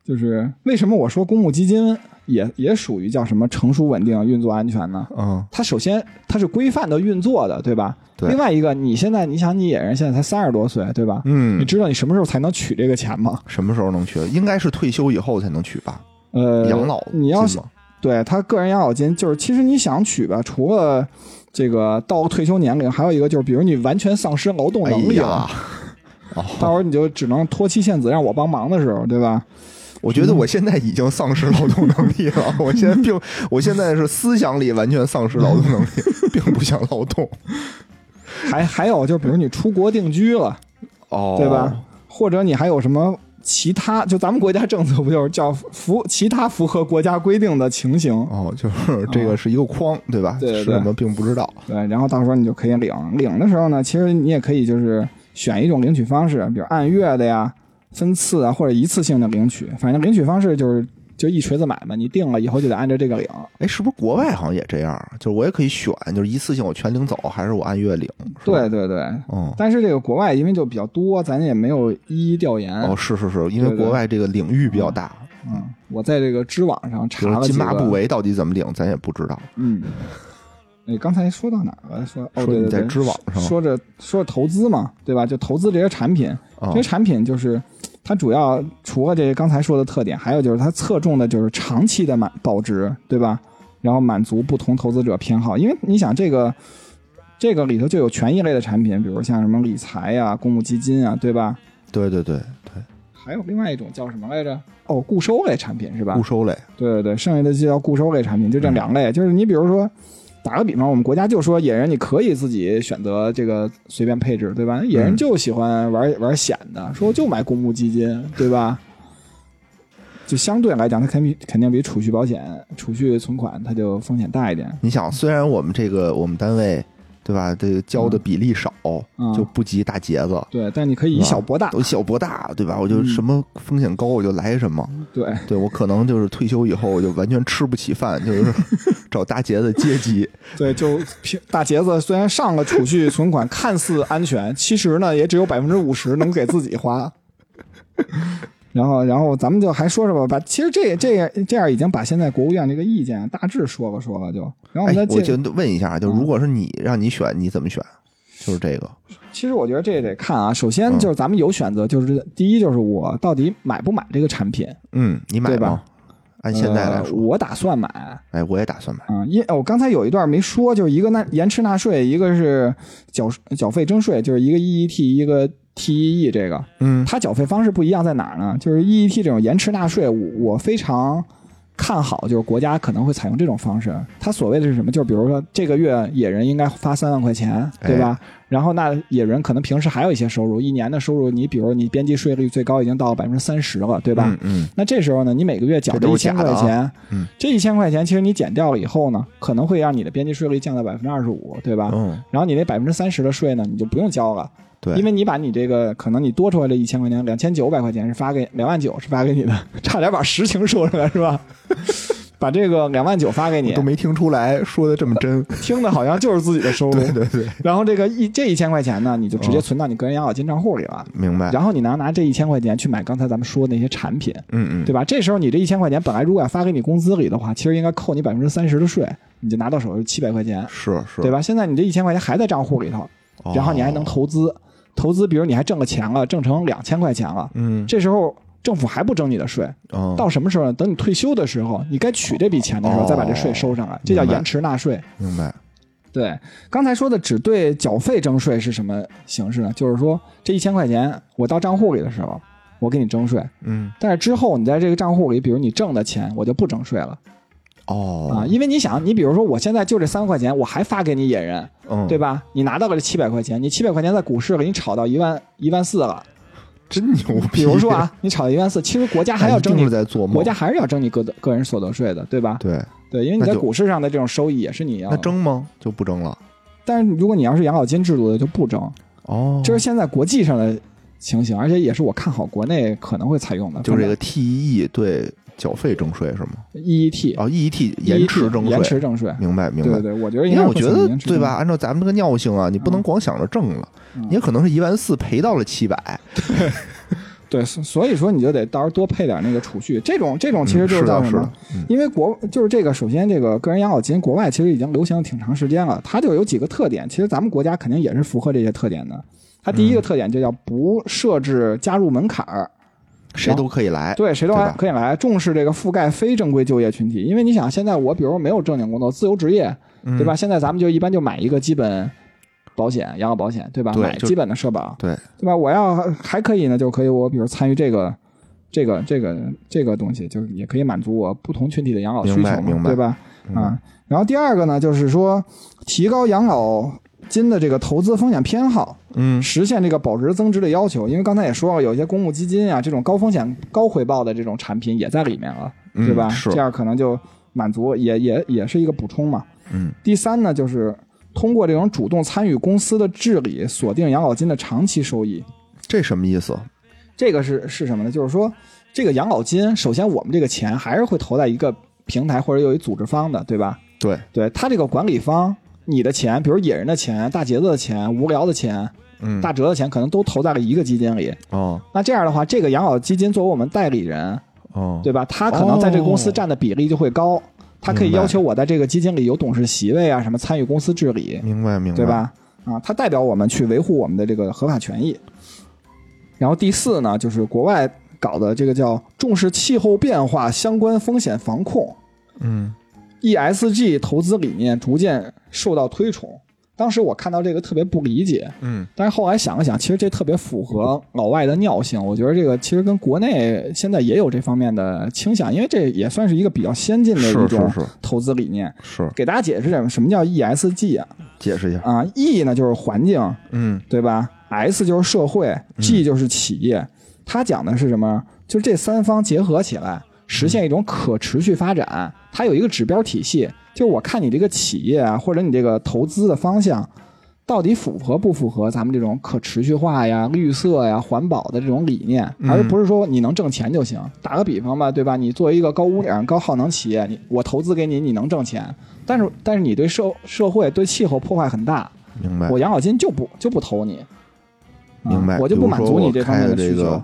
Speaker 2: 就是为什么我说公募基金也也属于叫什么成熟稳定、运作安全呢？
Speaker 1: 嗯，
Speaker 2: 它首先它是规范的运作的，对吧？
Speaker 1: 对
Speaker 2: 另外一个，你现在你想，你野人现在才三十多岁，对吧？
Speaker 1: 嗯
Speaker 2: 你知道你什么时候才能取这个钱吗？
Speaker 1: 什么时候能取？应该是退休以后才能取吧？
Speaker 2: 呃，
Speaker 1: 养老
Speaker 2: 你要
Speaker 1: 金吗
Speaker 2: 对他个人养老金，就是其实你想取吧，除了这个到退休年龄，还有一个就是，比如你完全丧失劳动
Speaker 1: 哎
Speaker 2: 能力了，
Speaker 1: 呀，
Speaker 2: 到时
Speaker 1: 哦，
Speaker 2: 候你就只能托妻献子让我帮忙的时候，对 吧？
Speaker 1: 我觉得我现在已经丧失劳动能力 了。我现在并，我现在是思想里完全丧失劳动 能力，并不想劳动。
Speaker 2: 还还有就是，比如你出国定居了，
Speaker 1: 哦
Speaker 2: 对吧？？或者你还有什么其他？就咱们国家政策不就是叫符其他符合国家规定的情形？
Speaker 1: 哦，就是这个是一个框，对吧？
Speaker 2: 对对对
Speaker 1: 是我们并不知道。
Speaker 2: 对，然后到时候你就可以领。领的时候呢，其实你也可以就是选一种领取方式，比如按月的呀、分次啊，或者一次性的领取。反正领取方式就是就一锤子买卖，你定了以后就得按照这个领。
Speaker 1: 哎，是不是国外好像也这样？就是我也可以选，就是一次性我全领走，还是我按月领？是吧，
Speaker 2: 对对对。
Speaker 1: 嗯。
Speaker 2: 但是这个国外因为就比较多，咱也没有一一调研。
Speaker 1: 哦，是是是，因为
Speaker 2: 对对
Speaker 1: 国外这个领域比较大，
Speaker 2: 嗯，我在这个知网上
Speaker 1: 比
Speaker 2: 查
Speaker 1: 如
Speaker 2: 了
Speaker 1: 津
Speaker 2: 几
Speaker 1: 巴布
Speaker 2: 个。
Speaker 1: 韦到底怎么领，咱也不知道。
Speaker 2: 嗯。你刚才说到哪儿了？说
Speaker 1: 说
Speaker 2: 哦，对
Speaker 1: 你
Speaker 2: 对
Speaker 1: 在
Speaker 2: 对，
Speaker 1: 知网上
Speaker 2: 说着说着投资嘛，对吧？就投资这些产品，
Speaker 1: 啊
Speaker 2: 这些产品就是它主要除了这刚才说的特点，还有就是它侧重的就是长期的满保值，对吧？然后满足不同投资者偏好，因为你想这个这个里头就有权益类的产品，比如像什么理财呀、公募基金啊，对吧？
Speaker 1: 对对对对，
Speaker 2: 还有另外一种叫什么来着？哦，固收类产品是吧
Speaker 1: 固？收类，
Speaker 2: 对对对，剩下的就叫固收类产品，
Speaker 1: 嗯
Speaker 2: 就这两类。就是你比如说，打个比方，我们国家就说野人你可以自己选择这个随便配置，对吧？
Speaker 1: 嗯
Speaker 2: 野人就喜欢玩、玩险的，说就买公募基金，对吧？就相对来讲，它肯定比肯定比储蓄保险、储蓄存款它就风险大一点。
Speaker 1: 你想，虽然我们这个我们单位对吧，这个交的比例少，
Speaker 2: 嗯
Speaker 1: 就不及大杰子，
Speaker 2: 对，但你可以以
Speaker 1: 是吧
Speaker 2: 小博大，嗯
Speaker 1: 我小博大对吧？我就什么风险高我就来什么，
Speaker 2: 对
Speaker 1: 对我可能就是退休以后我就完全吃不起饭，就是 找大杰子借机，
Speaker 2: 对，就平大杰子虽然上了储蓄存款，看似安全，其实呢也只有百分之五十能给自己花。然后，然后咱们就还说说吧，把其实这这样这样已经把现在国务院这个意见大致说了说了就，然后我
Speaker 1: 哎
Speaker 2: 们再，
Speaker 1: 我
Speaker 2: 介
Speaker 1: 就问一
Speaker 2: 嗯
Speaker 1: 下，就如果是你让你选，你怎么选？就是这个，
Speaker 2: 其实我觉得这也得看啊，首
Speaker 1: 嗯
Speaker 2: 先就是咱们有选择，就是第一就是我到底买不买这个产品，
Speaker 1: 嗯，你买
Speaker 2: 对吧
Speaker 1: 吗？按现在来
Speaker 2: 呃
Speaker 1: 说，
Speaker 2: 我打算买，
Speaker 1: 哎，我也打算买。
Speaker 2: 啊、因我刚才有一段没说，就是一个纳延迟纳税，一个是缴缴费征税，就是一个 EET，一个 TEE。这个，
Speaker 1: 嗯
Speaker 2: E 它缴费方式不一样在哪儿呢？就是 EET 这种延迟纳税，我我非常看好，就是国家可能会采用这种方式。他所谓的是什么？就比如说这个月野人应该发三万块钱，对吧？然后那野人可能平时还有一些收入，一年的收入，你比如你边际税率最高已经到百分之三十了，对吧？
Speaker 1: 嗯嗯，
Speaker 2: 那这时候呢，你每个月缴
Speaker 1: 这
Speaker 2: 这
Speaker 1: 都
Speaker 2: 一
Speaker 1: 是
Speaker 2: 千
Speaker 1: 假的
Speaker 2: 块
Speaker 1: 啊
Speaker 2: 钱，
Speaker 1: 嗯
Speaker 2: 这一千块钱其实你减掉了以后呢，可能会让你的边际税率降到百分之二十五，对吧？
Speaker 1: 嗯，
Speaker 2: 然后你那百分之三十的税呢，你就不用交了，
Speaker 1: 对，
Speaker 2: 因为你把你这个可能你多出来的一千块钱，两千九百块钱是发给两万九是发给你的， 差点把实情说出来是吧？ 把这个两万九发给你
Speaker 1: 都，没听出来说的这么真，
Speaker 2: 听的好像就是自己的收入。
Speaker 1: 对对哦对，
Speaker 2: 然后这个一这一千块钱呢，你就直接存到你个人养老金账户里了。
Speaker 1: 明白，
Speaker 2: 然后你拿拿这一千块钱去买刚才咱们说的那些产品，
Speaker 1: 嗯嗯，
Speaker 2: 对吧？这时候你这一千块钱本来如果要发给你工资里的话，其实应该扣你百分之三十的税，你就拿到手是七百块钱，
Speaker 1: 是是，
Speaker 2: 对吧？现在你这一千块钱还在账户里头，
Speaker 1: 哦
Speaker 2: 然后你还能投资，投资比如你还挣了钱了，挣成两千块钱了，
Speaker 1: 嗯，
Speaker 2: 这时候政府还不征你的税，
Speaker 1: 嗯
Speaker 2: 到什么时候呢？等你退休的时候，你该取这笔钱的时候
Speaker 1: 哦
Speaker 2: 再把这税收上来，这叫
Speaker 1: 明白
Speaker 2: 延迟纳税。
Speaker 1: 明白，
Speaker 2: 对，刚才说的只对缴费征税是什么形式呢？就是说这一千块钱我到账户里的时候，我给你征税，
Speaker 1: 嗯
Speaker 2: 但是之后你在这个账户里，比如你挣的钱，我就不征税了啊，
Speaker 1: 哦，
Speaker 2: 因为你想，你比如说我现在就这三块钱，我还发给你野人，
Speaker 1: 嗯，
Speaker 2: 对吧？你拿到了这七百块钱，你七百块钱在股市里你炒到一万一万四 了，
Speaker 1: 真牛逼，
Speaker 2: 比如说，啊，你炒到一万四，其实国家还要征
Speaker 1: 定
Speaker 2: 你
Speaker 1: 是，在做梦，
Speaker 2: 国家还是要征你个个人所得税的，对吧？
Speaker 1: 对，
Speaker 2: 对，因为你
Speaker 1: 那
Speaker 2: 在
Speaker 1: 就
Speaker 2: 股市上的这种收益也是你要
Speaker 1: 那，争吗？就不争了，
Speaker 2: 但是如果你要是养老金制度的就不征，
Speaker 1: 哦，
Speaker 2: 这是现在国际上的情形，而且也是我看好国内可能会采用的，
Speaker 1: 就是这个 TEE 对缴费征税是吗？
Speaker 2: EET
Speaker 1: 哦，EET 延迟征
Speaker 2: ，E 延迟
Speaker 1: 税，
Speaker 2: 征税。
Speaker 1: 明白明
Speaker 2: 对
Speaker 1: 白
Speaker 2: 对。对，我觉得应
Speaker 1: 因为
Speaker 2: 该
Speaker 1: 我
Speaker 2: 会
Speaker 1: 觉
Speaker 2: 采用
Speaker 1: 得
Speaker 2: 延迟
Speaker 1: 对
Speaker 2: 征
Speaker 1: 吧？按照咱们这个尿性啊，你不能
Speaker 2: 嗯
Speaker 1: 光想着挣了，
Speaker 2: 嗯
Speaker 1: 你也可能是一万四赔到了七百，
Speaker 2: 对，所所以说你就得到时候多配点那个储蓄，这种这种其实
Speaker 1: 嗯
Speaker 2: 就是是
Speaker 1: 的
Speaker 2: 叫什
Speaker 1: 是
Speaker 2: 么？
Speaker 1: 的嗯
Speaker 2: 因为国就是这个，首先这个个人养老金，国外其实已经流行挺长时间了，它就有几个特点，其实咱们国家肯定也是符合这些特点的。它第一
Speaker 1: 嗯
Speaker 2: 个特点就叫不设置加入门槛儿，
Speaker 1: 谁都可以来，
Speaker 2: 对，谁都
Speaker 1: 哎对
Speaker 2: 还
Speaker 1: 吧
Speaker 2: 可以来，重视这个覆盖非正规就业群体，因为你想，现在我比如没有正经工作，自由职业，
Speaker 1: 嗯
Speaker 2: 对吧？现在咱们就一般就买一个基本保险，养老保险，对吧？
Speaker 1: 对
Speaker 2: 买
Speaker 1: 就
Speaker 2: 基本的社保，
Speaker 1: 对，
Speaker 2: 对吧？我要还可以呢，就可以我比如参与这个、这个、这个、这个东西，就是也可以满足我不同群体的养老需求
Speaker 1: 明白明白嗯
Speaker 2: 嘛，对吧？啊，然后第二个呢，就是说提高养老金的这个投资风险偏好，
Speaker 1: 嗯，
Speaker 2: 实现这个保值增值的要求。因为刚才也说了，有一些公募基金啊，这种高风险高回报的这种产品也在里面了，
Speaker 1: 嗯
Speaker 2: 对吧？
Speaker 1: 是
Speaker 2: 这样可能就满足，也也也是一个补充嘛。
Speaker 1: 嗯，
Speaker 2: 第三呢，就是通过这种主动参与公司的治理，锁定养老金的长期收益。
Speaker 1: 这什么意思？
Speaker 2: 这个是是什么呢？就是说，这个养老金，首先我们这个钱还是会投在一个平台或者有一组织方的，对吧？
Speaker 1: 对，
Speaker 2: 对他这个管理方，你的钱，比如野人的钱、大杰子的钱、无聊的钱、
Speaker 1: 嗯，
Speaker 2: 大哲的钱，可能都投在了一个基金里。
Speaker 1: 哦
Speaker 2: 那这样的话，这个养老基金作为我们代理人，
Speaker 1: 哦，
Speaker 2: 对吧？他可能在这个公司占的比例就会高，他可以
Speaker 1: 明白
Speaker 2: 要求我在这个基金里有董事席位啊，什么参与公司治理。
Speaker 1: 明白明白，
Speaker 2: 对？吧？啊，它代表我们去维护我们的这个合法权益。然后第四呢，就是国外搞的这个叫重视气候变化相关风险防控
Speaker 1: 嗯，
Speaker 2: ESG 投资理念逐渐受到推崇。当时我看到这个特别不理解，
Speaker 1: 嗯，
Speaker 2: 但是后来想了想，其实这特别符合老外的尿性。我觉得这个其实跟国内现在也有这方面的倾向，因为这也算是一个比较先进的
Speaker 1: 是
Speaker 2: 一种
Speaker 1: 是是
Speaker 2: 投资理念。
Speaker 1: 是，
Speaker 2: 给大家解释点什么叫 ESG 啊？
Speaker 1: 解释一下，
Speaker 2: 啊，E 呢就是环境，
Speaker 1: 嗯
Speaker 2: 对吧？S 就是社会，G 就是企业。它讲的是什么？就是这三方结合起来，实现一种可持续发展。它有一个指标体系，就是我看你这个企业啊，或者你这个投资的方向，到底符合不符合咱们这种可持续化呀、绿色呀、环保的这种理念，
Speaker 1: 嗯
Speaker 2: 而不是说你能挣钱就行。打个比方吧，对吧？你作为一个高污染、高耗能企业，你我投资给你，你能挣钱，但是但是你对社社会、对气候破坏很大，
Speaker 1: 明白
Speaker 2: 我养老金就不就不投你，啊
Speaker 1: 明白，
Speaker 2: 我就不满足你
Speaker 1: 比
Speaker 2: 这
Speaker 1: 如说
Speaker 2: 方
Speaker 1: 我开的
Speaker 2: 面的需
Speaker 1: 这
Speaker 2: 求。
Speaker 1: 个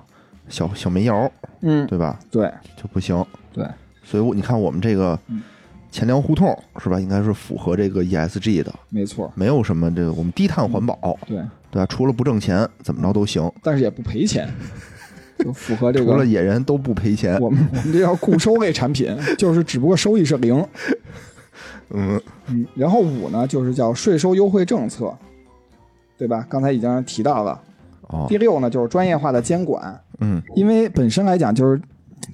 Speaker 1: 小小煤窑，
Speaker 2: 嗯，
Speaker 1: 对吧？
Speaker 2: 对
Speaker 1: 就不行，
Speaker 2: 对，
Speaker 1: 所以我你看我们这个
Speaker 2: 嗯
Speaker 1: 钱粮胡同是吧？应该是符合这个 ESG 的，
Speaker 2: 没错，
Speaker 1: 没有什么这个我们低碳环保，
Speaker 2: 对，
Speaker 1: 对吧？除了不挣钱，怎么着都行，
Speaker 2: 但是也不赔钱，就符合这
Speaker 1: 除了
Speaker 2: 个。
Speaker 1: 野人都不赔钱，
Speaker 2: 我们我们这叫固收类产品，就是只不过收益是零。
Speaker 1: 嗯
Speaker 2: 嗯，然后五呢，就是叫税收优惠政策，对吧？刚才已经提到了。
Speaker 1: 哦
Speaker 2: 第六呢，就是专业化的监管，
Speaker 1: 嗯
Speaker 2: 因为本身来讲，就是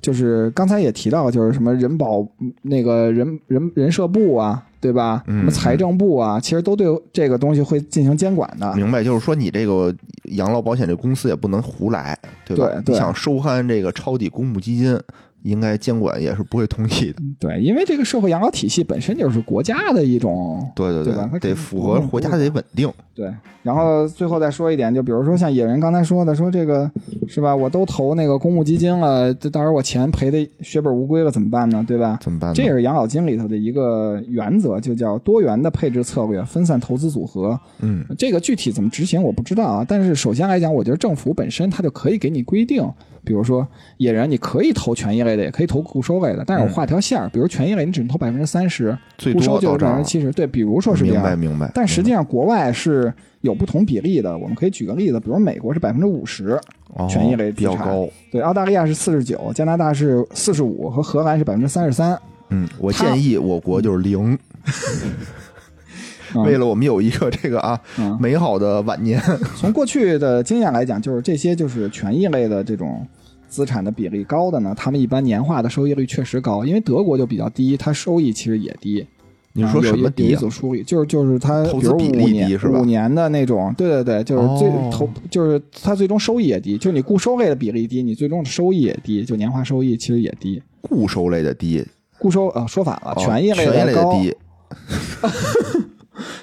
Speaker 2: 就是刚才也提到，就是什么人保那个人人人社部啊，对吧？
Speaker 1: 嗯
Speaker 2: 什么财政部啊，其实都对这个东西会进行监管的。
Speaker 1: 明白，就是说你这个养老保险这公司也不能胡来，对吧？
Speaker 2: 对对
Speaker 1: 你想收摊这个抄底公募基金，应该监管也是不会同意的。
Speaker 2: 对，因为这个社会养老体系本身就是国家的一种
Speaker 1: 对对
Speaker 2: 对吧它肯定
Speaker 1: 得符合国家得稳定。
Speaker 2: 对。然后最后再说一点，就比如说像野人刚才说的，说这个是吧？我都投那个公募基金了，这到时候我钱赔的血本无归了，怎么办呢？对吧？
Speaker 1: 怎么办呢？
Speaker 2: 这也是养老金里头的一个原则，就叫多元的配置策略、分散投资组合。
Speaker 1: 嗯，
Speaker 2: 这个具体怎么执行我不知道啊，但是首先来讲，我觉得政府本身它就可以给你规定，比如说野人你可以投权益类的，也可以投固收类的，但是我画条线儿，比如权益类你只能投百分之三十，
Speaker 1: 最
Speaker 2: 固
Speaker 1: 多
Speaker 2: 收就
Speaker 1: 到
Speaker 2: 是
Speaker 1: 这
Speaker 2: 百
Speaker 1: 儿
Speaker 2: 分之。七十，对，比如说是这
Speaker 1: 明白
Speaker 2: 样。
Speaker 1: 明白。
Speaker 2: 但实际上国外是有不同比例的，我们可以举个例子，比如美国是百分之五十，
Speaker 1: 哦
Speaker 2: 权益类资
Speaker 1: 比较
Speaker 2: 产
Speaker 1: 高。
Speaker 2: 对，澳大利亚是四十九，加拿大是四十五和荷兰是百分之三十三。
Speaker 1: 嗯，我
Speaker 2: 它
Speaker 1: 建议我国就是零，
Speaker 2: 嗯
Speaker 1: 为了我们有一个这个啊
Speaker 2: 嗯
Speaker 1: 美好的晚年。
Speaker 2: 从过去的经验来讲，就是这些就是权益类的这种资产的比例高的呢，他们一般年化的收益率确实高，因为德国就比较低，它收益其实也低。
Speaker 1: 你说
Speaker 2: 啊有
Speaker 1: 什
Speaker 2: 一
Speaker 1: 么
Speaker 2: 有
Speaker 1: 低
Speaker 2: 一
Speaker 1: 啊？
Speaker 2: 组梳理，就是就是它，
Speaker 1: 投
Speaker 2: 比
Speaker 1: 资
Speaker 2: 如
Speaker 1: 比
Speaker 2: 五
Speaker 1: 例低
Speaker 2: 年
Speaker 1: 是吧
Speaker 2: 五年的那种，对对对，就是最、
Speaker 1: 哦
Speaker 2: 投就是它最终收益也低，就是你固收类的比例低，你最终的收益也低，就年化收益其实也低。
Speaker 1: 固收类的低，
Speaker 2: 固收呃说反了，
Speaker 1: 哦
Speaker 2: 权益
Speaker 1: 权
Speaker 2: 类
Speaker 1: 益类
Speaker 2: 的高，
Speaker 1: 低，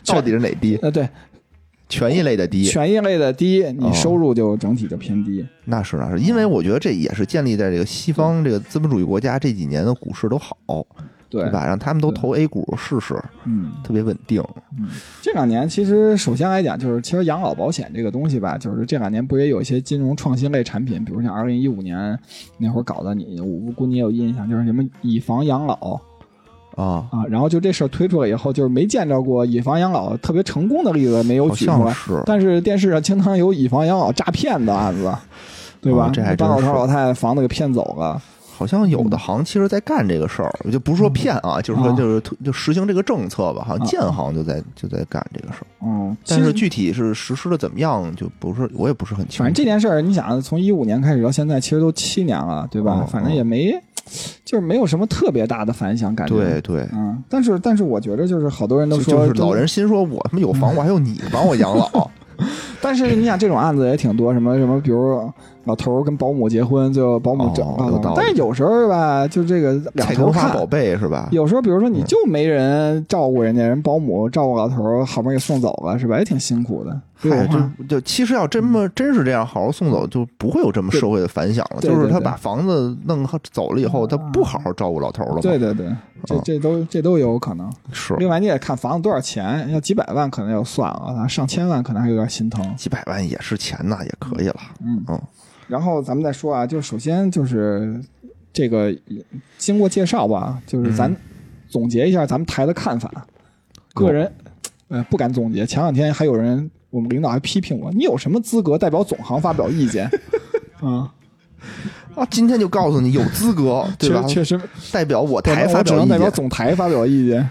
Speaker 1: 到底是哪低？
Speaker 2: 呃对，
Speaker 1: 权益类的低，
Speaker 2: 权益类的低，
Speaker 1: 哦
Speaker 2: 你收入就整体就偏低。
Speaker 1: 那是那是，因为我觉得这也是建立在这个西方这个资本主义国家这几年的股市都好，
Speaker 2: 对
Speaker 1: 对吧？让他们都投 A 股试试，
Speaker 2: 嗯，
Speaker 1: 特别稳定。
Speaker 2: 这两年其实首先来讲，就是其实养老保险这个东西吧，就是这两年不也有一些金融创新类产品，比如像二零一五年那会儿搞的你，我估计你也有印象，就是什么以房养老
Speaker 1: 啊，
Speaker 2: 啊，然后就这事儿推出来以后，就是没见着过以房养老特别成功的例子没有
Speaker 1: 好
Speaker 2: 举出
Speaker 1: 像
Speaker 2: 来，
Speaker 1: 是，
Speaker 2: 但是电视上经常有以房养老诈骗的案子，对吧？
Speaker 1: 哦这还真
Speaker 2: 帮老头
Speaker 1: 是
Speaker 2: 老太太房子给骗走了，
Speaker 1: 好像有的行其实在干这个事儿，就不是说骗啊，就是说
Speaker 2: 嗯啊
Speaker 1: 就是推就实行这个政策吧，好像
Speaker 2: 啊
Speaker 1: 建行就在就在干这个事儿，
Speaker 2: 嗯，
Speaker 1: 但
Speaker 2: 其
Speaker 1: 是
Speaker 2: 实
Speaker 1: 具体是实施的怎么样，就不是我也不是很清楚。
Speaker 2: 反正这件事儿，你想啊从一五年开始到现在，其实都七年了，对吧？
Speaker 1: 嗯
Speaker 2: 反正也没，就是没有什么特别大的反响，感觉。
Speaker 1: 对，对。
Speaker 2: 嗯，但是但是我觉得就是好多人都嗯
Speaker 1: 就
Speaker 2: 说
Speaker 1: 就是老人，心说，我他妈有房，我还有你帮我养老，
Speaker 2: 但是你想这种案子也挺多，什么什么，比如老头儿跟保姆结婚，最后保姆
Speaker 1: 哦
Speaker 2: 整
Speaker 1: 有
Speaker 2: 了
Speaker 1: 道理。
Speaker 2: 但是有时候吧，就这个 两
Speaker 1: 菜
Speaker 2: 头
Speaker 1: 根花宝
Speaker 2: 看。
Speaker 1: 贝是吧？
Speaker 2: 有时候，比如说你就没人照顾人家，人保姆照顾老头儿，好不容易送走了，是吧？也挺辛苦的。对
Speaker 1: 嗨，
Speaker 2: 吧
Speaker 1: 就就其实要这么真是这样好好送走，就不会有这么社会的反响了。
Speaker 2: 嗯对对
Speaker 1: 就是他
Speaker 2: 对
Speaker 1: 把房子弄好走了以后，他
Speaker 2: 啊
Speaker 1: 不好好照顾老头了嘛。
Speaker 2: 对对对，这
Speaker 1: 嗯
Speaker 2: 这都这都有可能。
Speaker 1: 是
Speaker 2: 另外，你也看房子多少钱，要几百万可能就算了，上千万可能还有点心疼。
Speaker 1: 几百万也是钱呐，也可以了。
Speaker 2: 嗯
Speaker 1: 嗯
Speaker 2: 然后咱们再说啊，就首先就是这个经过介绍吧，就是咱
Speaker 1: 嗯
Speaker 2: 总结一下咱们台的看法。个人呃不敢总结，前两天还有人我们领导还批评我，你有什么资格代表总行发表意 见？啊，
Speaker 1: 啊，今天就告诉你有资格 对
Speaker 2: 确
Speaker 1: 吧？
Speaker 2: 确实，
Speaker 1: 代表我
Speaker 2: 我
Speaker 1: 台
Speaker 2: 能
Speaker 1: 发
Speaker 2: 我只
Speaker 1: 表
Speaker 2: 能
Speaker 1: 意
Speaker 2: 代表
Speaker 1: 见，
Speaker 2: 总台发表 意见。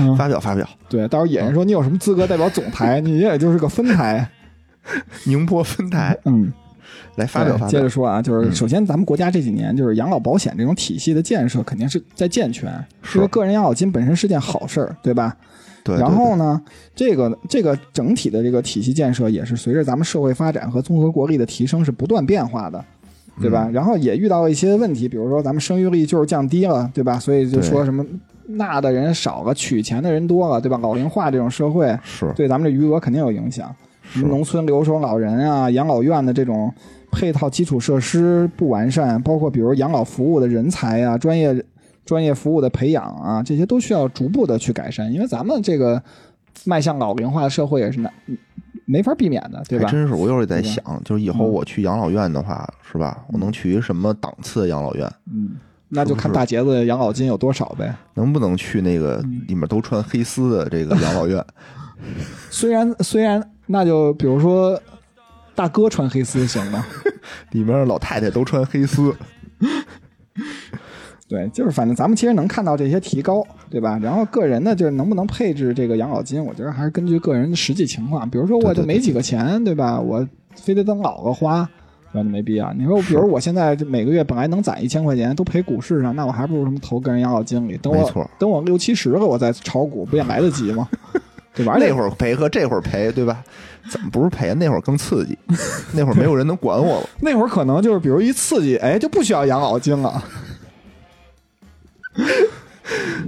Speaker 2: 嗯
Speaker 1: 发表发表。
Speaker 2: 对，到时候野人说你有什么资格代表总台？你也就是个分台。
Speaker 1: 宁波分台
Speaker 2: 嗯，
Speaker 1: 来发表嗯
Speaker 2: 对
Speaker 1: 发
Speaker 2: 接
Speaker 1: 表
Speaker 2: 着。说啊，就是首先咱们国家这几年就是养老保险这种体系的建设，肯定是在健全。
Speaker 1: 是
Speaker 2: 这个个人养老金本身是件好事儿，对吧？
Speaker 1: 对，对
Speaker 2: 然后呢，这个这个整体的这个体系建设也是随着咱们社会发展和综合国力的提升是不断变化的。对
Speaker 1: 嗯
Speaker 2: 吧？然后也遇到一些问题，比如说咱们生育率就是降低了，对吧？所以就
Speaker 1: 对
Speaker 2: 说什么纳的人少了，取钱的人多了，对吧？老龄化这种社会，
Speaker 1: 是
Speaker 2: 对咱们这余额肯定有影响。什
Speaker 1: 是
Speaker 2: 么农村留守老人啊、养老院的这种配套基础设施不完善，包括比如养老服务的人才啊、专业专业服务的培养啊，这些都需要逐步的去改善，因为咱们这个迈向老龄化的社会也是难没法避免的，对吧嗯
Speaker 1: 还？真是，我又是在
Speaker 2: 对
Speaker 1: 想，就是以后我去养老院的话，是吧？我能去一什么档次的养老院？
Speaker 2: 嗯，那就看大杰子养老金有多少呗。
Speaker 1: 能不能去那个
Speaker 2: 嗯
Speaker 1: 里面都穿黑丝的这个养老院？
Speaker 2: 虽然虽然，那就比如说大哥穿黑丝行吗？
Speaker 1: 里面老太太都穿黑丝，
Speaker 2: 对，就是反正咱们其实能看到这些提高，对吧？然后个人呢，就是能不能配置这个养老金，我觉得还是根据个人的实际情况。比如说，我
Speaker 1: 对对
Speaker 2: 就没几个钱，对吧？我非得等老了花，完全没必要。你说，比如我现在每个月本来能攒一千块钱，都赔股市上，那我还不如什么投个人养老金里。等
Speaker 1: 没
Speaker 2: 我
Speaker 1: 错
Speaker 2: 等我六七十了，我再炒股，不也来得 及吗？对吧？而且
Speaker 1: 那会儿赔和这会儿赔，对吧？怎么不是赔？那会儿更刺激，那会儿没有人能管我 了。
Speaker 2: 那会儿可能就是，比如一刺激，哎，就不需要养老金了。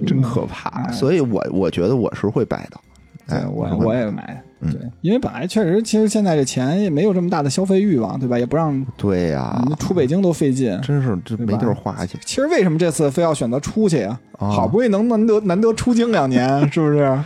Speaker 1: 真可怕。所以我我觉得我是会买的。哎，
Speaker 2: 对，我
Speaker 1: 是会嗯
Speaker 2: 我也买，对，因为本来确实，其实现在这钱也没有这么大的消费欲望，对吧？也不让
Speaker 1: 对呀、
Speaker 2: 你出北京都费劲。
Speaker 1: 真是这
Speaker 2: 对
Speaker 1: 没
Speaker 2: 吧
Speaker 1: 地儿花去。
Speaker 2: 其实为什么这次非要选择出去呀、
Speaker 1: 啊
Speaker 2: 好不容易能难得难得出京两 年，是不是？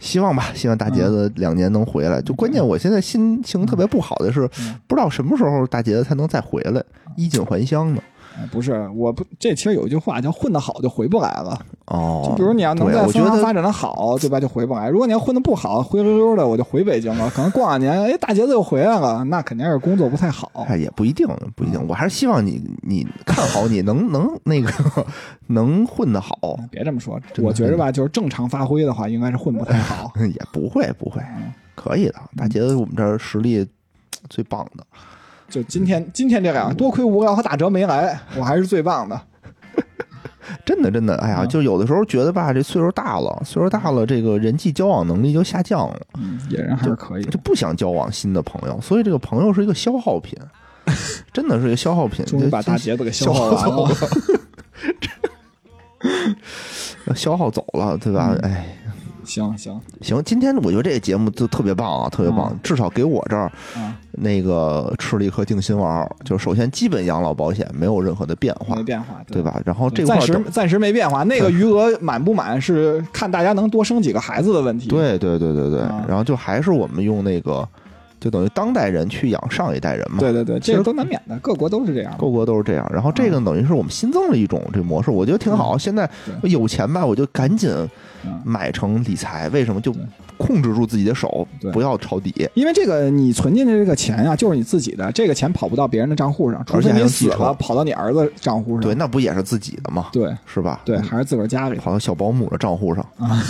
Speaker 1: 希望
Speaker 2: 嗯
Speaker 1: 吧，希望大杰子两年能回来。就关键，我现在心情特别不好的是，
Speaker 2: 嗯
Speaker 1: 不知道什么时候大杰子才能再回来，衣锦还乡呢。
Speaker 2: 哎不是，我不，这其实有一句话叫“混得好就回不来了”。
Speaker 1: 哦，
Speaker 2: 就比如你要能
Speaker 1: 对
Speaker 2: 在
Speaker 1: 我觉
Speaker 2: 凤凰
Speaker 1: 得
Speaker 2: 发展的好，对吧？就回不来。如果你要混得不好，灰溜溜的，我就回北京 了。可能过两年，哎，大杰子又回来了，那肯定是工作不太好。
Speaker 1: 哎，也不一定，不一
Speaker 2: 嗯
Speaker 1: 定。我还是希望你，你看好你能能那个 能混得好，
Speaker 2: 别这么说，
Speaker 1: 真的
Speaker 2: 我觉着吧，就是正常发挥的话，应该是混不太 好。
Speaker 1: 也不会不会，
Speaker 2: 嗯
Speaker 1: 可以的。大杰子我们这儿实力最棒的，
Speaker 2: 就今天今天这两，多亏无聊和打折没来，我还是最棒的。
Speaker 1: 真的真的。哎呀，
Speaker 2: 嗯
Speaker 1: 就有的时候觉得吧，这岁数大了，岁数大了，这个人际交往能力就下降了。
Speaker 2: 嗯，野人还是可以
Speaker 1: 就不想交往新的朋友，所以这个朋友是一个消耗 品，真的是一个消耗品。
Speaker 2: 终于把大杰子给消耗完了。
Speaker 1: 就消耗走了，对
Speaker 2: 嗯
Speaker 1: 吧？哎，
Speaker 2: 行行，
Speaker 1: 行，今天我觉得这个节目就特别棒啊，特别棒，
Speaker 2: 嗯
Speaker 1: 至少给我这儿
Speaker 2: 啊，
Speaker 1: 那个吃了一颗定心丸。就首先基本养老保险没有任何的变化
Speaker 2: 嗯没，变化，
Speaker 1: 对？吧？然后这块
Speaker 2: 暂
Speaker 1: 儿
Speaker 2: 时
Speaker 1: 等
Speaker 2: 暂时没变化，那个余额满不满是看大家能多生几个孩子的问题。，
Speaker 1: 对对对对对，
Speaker 2: 啊
Speaker 1: 然后就还是我们用那个，就等于当代人去养上一代人嘛。
Speaker 2: 对对对，这个都难免的，各国都是这样。
Speaker 1: 各国都是这样。然后这个
Speaker 2: 嗯
Speaker 1: 等于是我们新增了一种这模式，我觉得挺好。现在
Speaker 2: 对
Speaker 1: 有钱吧，我就赶紧
Speaker 2: 嗯
Speaker 1: 买成理财。为什么就
Speaker 2: 对
Speaker 1: 控制住自己的手
Speaker 2: 对，
Speaker 1: 不要抄底？
Speaker 2: 因为这个你存进去这个钱啊，就是你自己的，这个钱跑不到别人的账户上，除
Speaker 1: 而且
Speaker 2: 非
Speaker 1: 还
Speaker 2: 你
Speaker 1: 能
Speaker 2: 死
Speaker 1: 继承
Speaker 2: 了跑到你儿子账户上。
Speaker 1: 对，那不也是自己的吗？
Speaker 2: 对
Speaker 1: 是吧？
Speaker 2: 对，还是自个儿家里。
Speaker 1: 跑到小保姆的账户上
Speaker 2: 啊。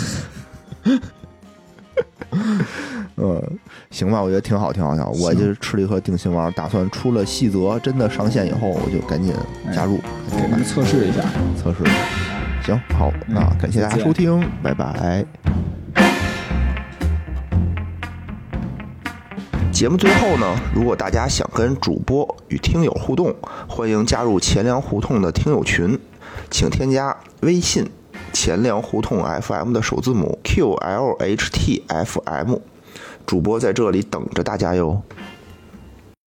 Speaker 1: 嗯，行吧，我觉得挺好，挺好，挺好。我就吃了一颗定心丸，打算出了细则真的上线以后，我就赶紧加入，
Speaker 2: 哎
Speaker 1: 嗯
Speaker 2: 给我们测试一下。
Speaker 1: 测试。行，好，那
Speaker 2: 嗯
Speaker 1: 感谢大家
Speaker 2: 再见
Speaker 1: 收听，拜拜。节目最后呢，如果大家想跟主播与听友互动，欢迎加入钱粮胡同的听友群，请添加微信“钱粮胡同 FM” 的首字母 “QLHTFM”，主播在这里等着大家哟。